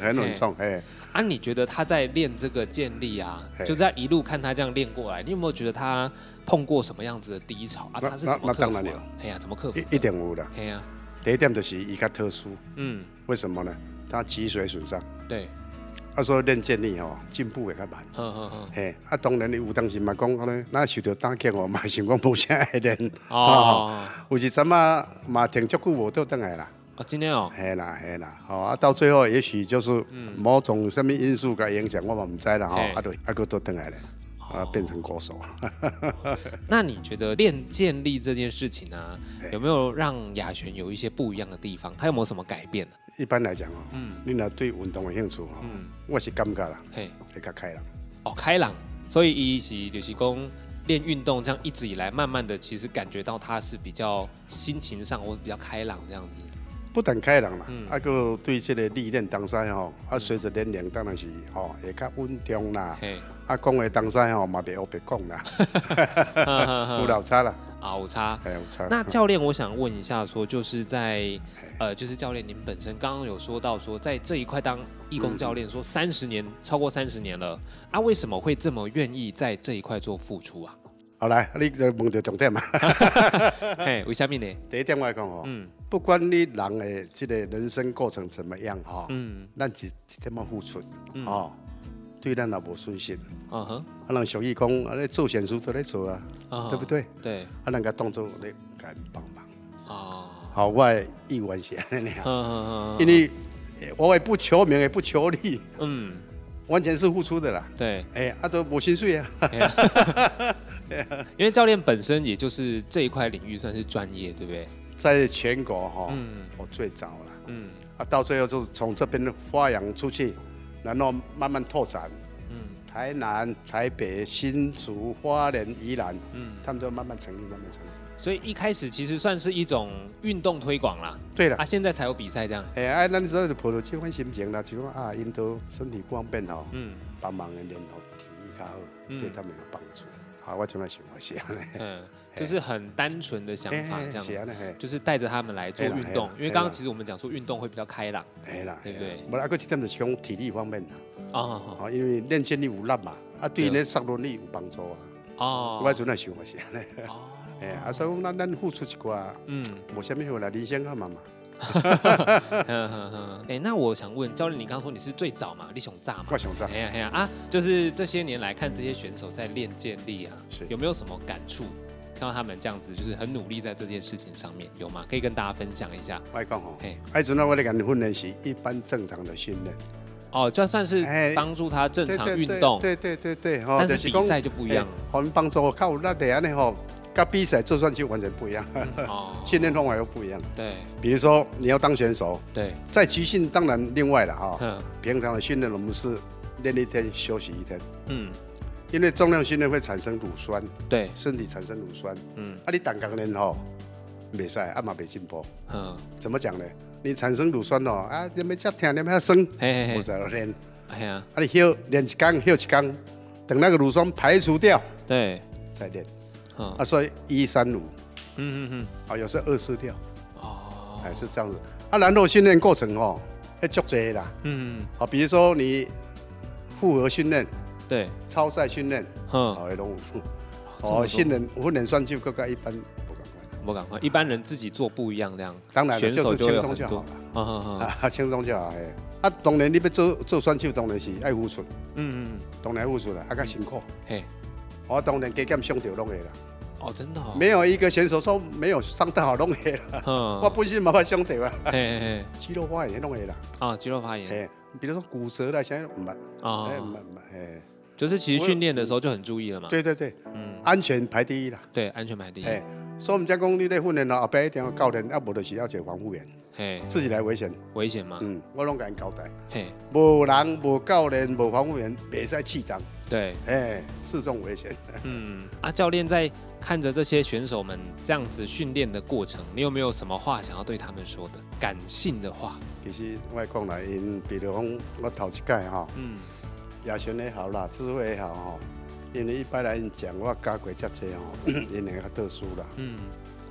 S10: 很稳重，哎，
S2: 啊，你觉得他在练这个建立啊，
S10: 嘿
S2: 就在一路看他这样练过来，你有没有觉得他碰过什么样子的低潮啊？
S10: 那
S2: 他是怎
S10: 那那
S2: 么克
S10: 当
S2: 服、
S10: 然有
S2: 啊？哎呀、怎么克服？
S10: 一一点五了。
S2: 哎呀、
S10: 第一点就是伊较特殊，
S2: 嗯，
S10: 为什么呢？他脊髓损伤，
S2: 对，
S10: 啊，所以练健力吼进步会较慢。
S2: 嗯嗯嗯，
S10: 嘿，啊，当然你有当时嘛讲安尼，那受到打击哦，嘛想讲无啥爱练。
S2: 哦，
S10: 有一阵啊嘛停足久无倒转来啦。
S2: 哦，真的哦，
S10: 嘿啦嘿啦，吼啊，到最后也许就是
S2: 嗯
S5: 嗯
S10: 某种什么因素甲影响，我嘛毋知啦吼，
S2: 嘿哦
S10: 啊对，啊佫倒转来咧，啊变成国手。
S2: 那你觉得练建立这件事情啊，有没有让亚璇有一些不一样的地方？他有没有什么改变呢、
S10: 一般来讲哦，
S2: 嗯
S10: 你若对运动有兴趣哦，
S2: 嗯，
S10: 我是感觉啦，
S2: 嘿，
S10: 会较开朗。
S2: 哦，开朗，所以一是就是公练运动这样一直以来，慢慢的其实感觉到他是比较心情上或者比较开朗这样子。
S10: 不但开朗啦
S2: 嗯，
S10: 啊，佮对这个历练当中吼，啊，随着年龄当然是吼会较稳重啦，
S2: 嘿，
S10: 啊，讲话当中吼嘛袂黑白讲
S2: 嗯
S10: 啦，有落差啦，
S2: 啊，有差。
S10: 哎，有差。
S2: 那教练，我想问一下说就是在呃，就是教练您本身刚刚有说到说，在这一块当义工教
S10: 嗯
S2: 练，说三十年，超过三十年了，啊，为什么会这么愿意在这一块做付出啊？
S10: 好来，你就问到重点嘛。
S2: 嘿，为什么呢？
S10: 第一点我来讲吼，
S2: 嗯
S10: 不管你人的这个人生过程怎么样吼，
S2: 嗯
S10: 咱是一点么付出
S2: 嗯，
S10: 哦，对咱也无损失。
S2: 嗯哼，
S10: 啊，人俗语讲，啊，你做善事都在做啊，
S2: 啊
S10: 对不对？
S2: 对，
S10: 啊，人家当做你甲帮忙。
S2: 哦，
S10: 好，我的意愿是安尼啊
S2: 嗯，嗯嗯，
S10: 因为我也不求名，也不求利，
S2: 嗯，
S10: 完全是付出的啦。
S2: 对，哎
S10: 哎，啊都无薪水啊，
S2: 因为教练本身也就是这一块领域算是专业，对不对？
S10: 在全国哈
S2: 嗯，
S10: 我最早了。
S2: 嗯
S10: 啊，到最后就是从这边发扬出去，然后慢慢拓展。
S2: 嗯
S10: 台南、台北、新竹、花莲、宜兰，
S2: 嗯，
S10: 他们就慢慢成立，慢慢成立。
S2: 所以一开始其实算是一种运动推广啦。
S10: 对了
S2: 啊，现在才有比赛这样。
S10: 哎、啊，那时候就抱着这番心情啦，就讲啊，因都身体不方便哦，
S2: 嗯，
S10: 帮忙的联合体育较好，
S2: 嗯
S10: 对他们有帮助。好，我这么想法是安尼。
S2: 嗯，就是很单纯的想法
S10: 嘿嘿，
S2: 这
S10: 是
S2: 样
S10: 安尼嘿，
S2: 就是带着他们来做
S10: 嘿啦
S2: 运动
S10: 嘿啦，
S2: 因为刚刚
S10: 嘿啦
S2: 其实我们讲说运动会比较开朗，
S10: 系啦，
S2: 对不对？
S10: 无啦，还佫一点就是讲体力方面啦。
S2: 哦，
S10: 哦，因为练筋力有力嘛，啊，对咱杀戮力有帮助啊。
S2: 哦
S10: 我阵来想法是安尼。 哎，啊，所以讲咱咱付出一寡，
S2: 嗯，
S10: 无虾米好啦，人生 好嘛嘛。
S2: 哎、那我想问教练，你刚刚说你是最早嘛，立雄炸嘛？
S10: 我雄炸。
S2: 哎呀哎呀啊，就是这些年来看这些选手在练健力啊，有没有什么感触？看到他们这样子，就是很努力在这件事情上面，有吗？可以跟大家分享一下。
S10: 我讲吼
S2: 嘿，
S10: 啊，阵啊，我咧讲训练是一般正常的训练。
S2: 哦，就算是帮助他正常运动，
S10: 对对对对对，吼
S2: 但是
S10: 讲
S2: 比赛就不一样了
S10: 嘿我们帮助靠那的安尼吼，跟比赛做算就完全不一样，训练方法又不一样。
S2: 哦对，
S10: 比如说你要当选手，
S2: 对，
S10: 在集训当然另外了哈、
S2: 嗯
S10: 平常的训练我们是练一天休息一天，
S2: 嗯，
S10: 因为重量训练会产生乳酸，
S2: 对，
S10: 身体产生乳酸，
S2: 嗯，
S10: 啊你胆钢练吼，没赛，啊嘛没进步，
S2: 嗯，
S10: 怎么讲呢？你产生乳酸哦，啊你们这听你们遐酸，
S2: 嘿嘿嘿
S10: 我在练，
S2: 哎呀，
S10: 啊你休练一天休一天，等那个乳酸排除掉，
S2: 对，
S10: 再练，
S2: 嗯
S10: 啊所以一三五。
S2: 嗯嗯嗯，
S10: 啊，有时候二四六，哦，还是这样子。啊，然后训练过程哦，要足侪啦。
S2: 嗯，
S10: 啊，比如说你复合训练，
S2: 对，
S10: 超赛训练，
S2: 嗯，
S10: 好，拢有。
S2: 这么多
S10: 哦，训练训练算就更加一般，不敢管。
S2: 我赶快，一般人自己做不一样这样，
S10: 当然了，
S2: 选手
S10: 就
S2: 会
S10: 是轻
S2: 有
S10: 松
S2: 很
S10: 就好
S2: 多，嗯嗯嗯，
S10: 啊， 轻松就好。嘿，啊，当然你要做做选手，当然是爱付出，
S2: 嗯嗯，
S10: 当然付出啦，啊，较辛苦。
S2: 嘿，
S10: 我当然加减上掉拢会啦。
S2: 哦，真的、哦，
S10: 没有一个选手说没有上到好拢会啦。
S2: 嗯
S10: 我本身嘛，我上掉啊。
S2: 嘿嘿嘿，
S10: 肌肉发炎拢会啦。
S2: 啊、肌肉发炎，
S10: 比如说骨折啦，现在唔捌，
S2: 哦
S10: 哎唔捌唔捌，哎，
S2: 就是其实训练的时候就很注意了嘛。
S10: 对对对，
S2: 嗯，
S10: 安全排第一啦，
S2: 对，安全排第一。
S10: 哎，所以我们讲讲你咧训练咯，后边一定要教练，要无就是要找防护员，
S2: 嘿，
S10: 自己来危险，
S2: 危险吗？
S10: 嗯，我拢甲因交代，
S2: 嘿，
S10: 无人、无教练、无防护员，袂使气动，
S2: 对，
S10: 哎，四种危险。
S2: 嗯，啊，教练在看着这些选手们这样子训练的过程，你有没有什么话想要对他们说的感性的话？
S10: 其实我讲啦，因比如讲我头一届吼，
S2: 嗯，
S10: 亚璇也好啦，智慧也好吼，因为一般来讲我教过遮济吼， 因两个较特殊啦，
S2: 嗯，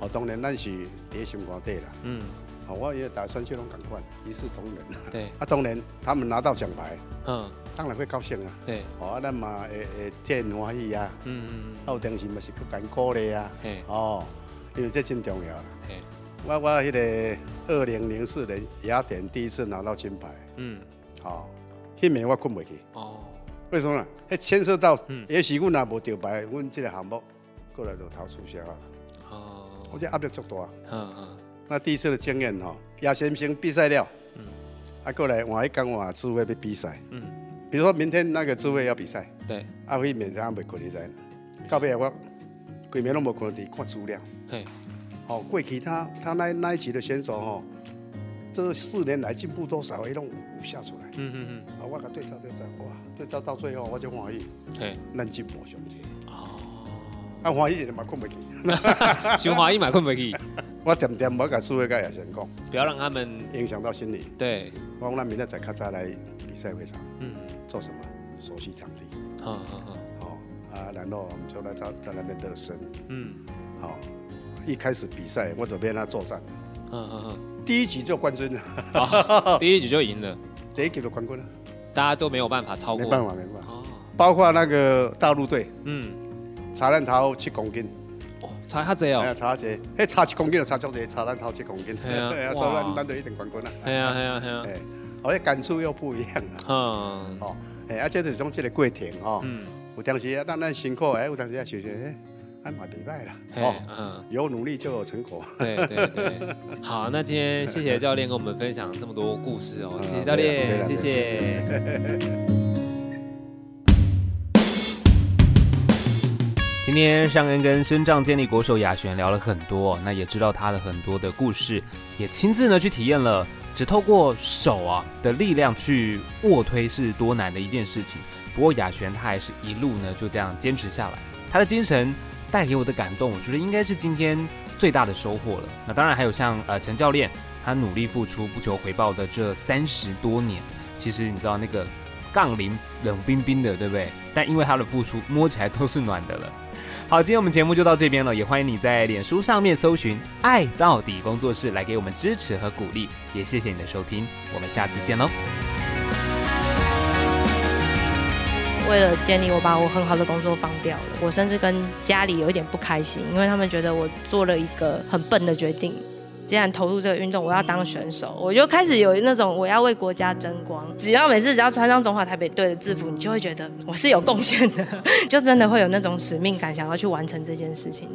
S10: 哦，当然咱是第一心肝底啦，
S2: 嗯，
S10: 哦，我也打算去拢共款，一视同仁啦。
S2: 对，
S10: 啊，当然他们拿到奖牌，
S2: 嗯，
S10: 当然会高兴啊。
S2: 对，
S10: 哦，啊，咱嘛会会替因欢喜啊。
S2: 嗯嗯，
S10: 啊，有当时嘛是够艰苦的啊。
S2: 嘿，
S10: 哦，因为这真重要啦。啊
S2: 嘿，
S10: 我我迄个二零零四年雅典第一次拿到金牌，
S2: 嗯，
S10: 哦，迄暝我困袂去，
S2: 哦，嗯
S10: 为什么呢？迄牵涉到，也许阮也无得牌，阮即个项目过来就头出销啊。
S2: 哦，
S10: 我这压力足大。
S2: 嗯嗯，
S10: 那第一次的经验吼，亚先先比赛了，嗯，啊过来换一讲换智慧要比赛，
S2: 嗯，
S10: 比如说明天那个智慧要比赛，
S2: 对，
S10: 啊辉明天袂困你知道吗，到尾啊我规暝拢无困，伫看资料，
S2: 嘿，
S10: 哦过去他他那那一期的选手吼、这四年来进步多少，伊拢有有写出来，
S2: 嗯嗯
S10: 啊我甲对照对照，哇对照到最后我就欢喜，
S2: 嗯，嘿，哦
S10: 咱进步上去，啊欢喜一点嘛困袂去，
S2: 想欢喜嘛困袂去，
S10: 我点点无甲智慧甲亚先讲。
S2: 不要让他们
S10: 影响到心理。
S2: 对，
S10: 我讲咱明天再较早来比赛会场，
S2: 嗯，
S10: 做什么？熟悉场地，
S2: 嗯嗯嗯
S10: 啊，然后我们就来在在那边热身，
S2: 嗯
S10: 好、一开始比赛我准备让他作战，
S2: 嗯嗯
S10: 第一局就冠军
S2: 嗯，
S10: 了，
S2: 好，第一局就赢了，
S10: 第一局就冠军了，
S2: 大家都没有办法超过，
S10: 没办法没办
S2: 法，
S10: 包括那个大陆队
S2: 嗯，
S10: 查烂头七公斤。
S2: 差较济哦
S10: 哎呀，差较济，迄差一公斤就差足济，差咱头七公斤，
S2: 嘿啊
S10: 哎呀
S2: 哇
S10: 所以咱咱就一定冠军啦。
S2: 嘿啊嘿啊嘿啊
S10: 哎，好像感触又不一样啊。
S2: 嗯，
S10: 哦，哎，啊，这就是讲这个过程哦。有当时啊，咱咱辛苦哎，有当时啊，想想哎，俺嘛袂歹啦。
S2: 嘿
S10: 哦，，
S2: 嗯。
S10: 有努力就有成果。
S2: 对对对，好，那今天谢谢教练跟我们分享这么多故事哦，谢谢教
S10: 没
S2: 练，
S10: 啊啦
S2: 谢谢。今天尚恩跟身障健力国手雅璇聊了很多，那也知道他的很多的故事，也亲自呢去体验了，只透过手啊的力量去卧推是多难的一件事情。不过雅璇她还是一路呢就这样坚持下来，她的精神带给我的感动，我觉得应该是今天最大的收获了。那当然还有像呃陈教练，他努力付出不求回报的这三十多年，其实你知道那个。杠铃冷冰冰的，对不对？但因为它的付出，摸起来都是暖的了。好，今天我们节目就到这边了，也欢迎你在脸书上面搜寻“爱到底工作室”来给我们支持和鼓励，也谢谢你的收听，我们下次见喽。
S1: 为了建立，我把我很好的工作放掉了。我甚至跟家里有一点不开心，因为他们觉得我做了一个很笨的决定。既然投入这个运动，我要当选手，我就开始有那种我要为国家争光。只要每次只要穿上中华台北队的制服， 你就会觉得我是有贡献的，就真的会有那种使命感，想要去完成这件事情。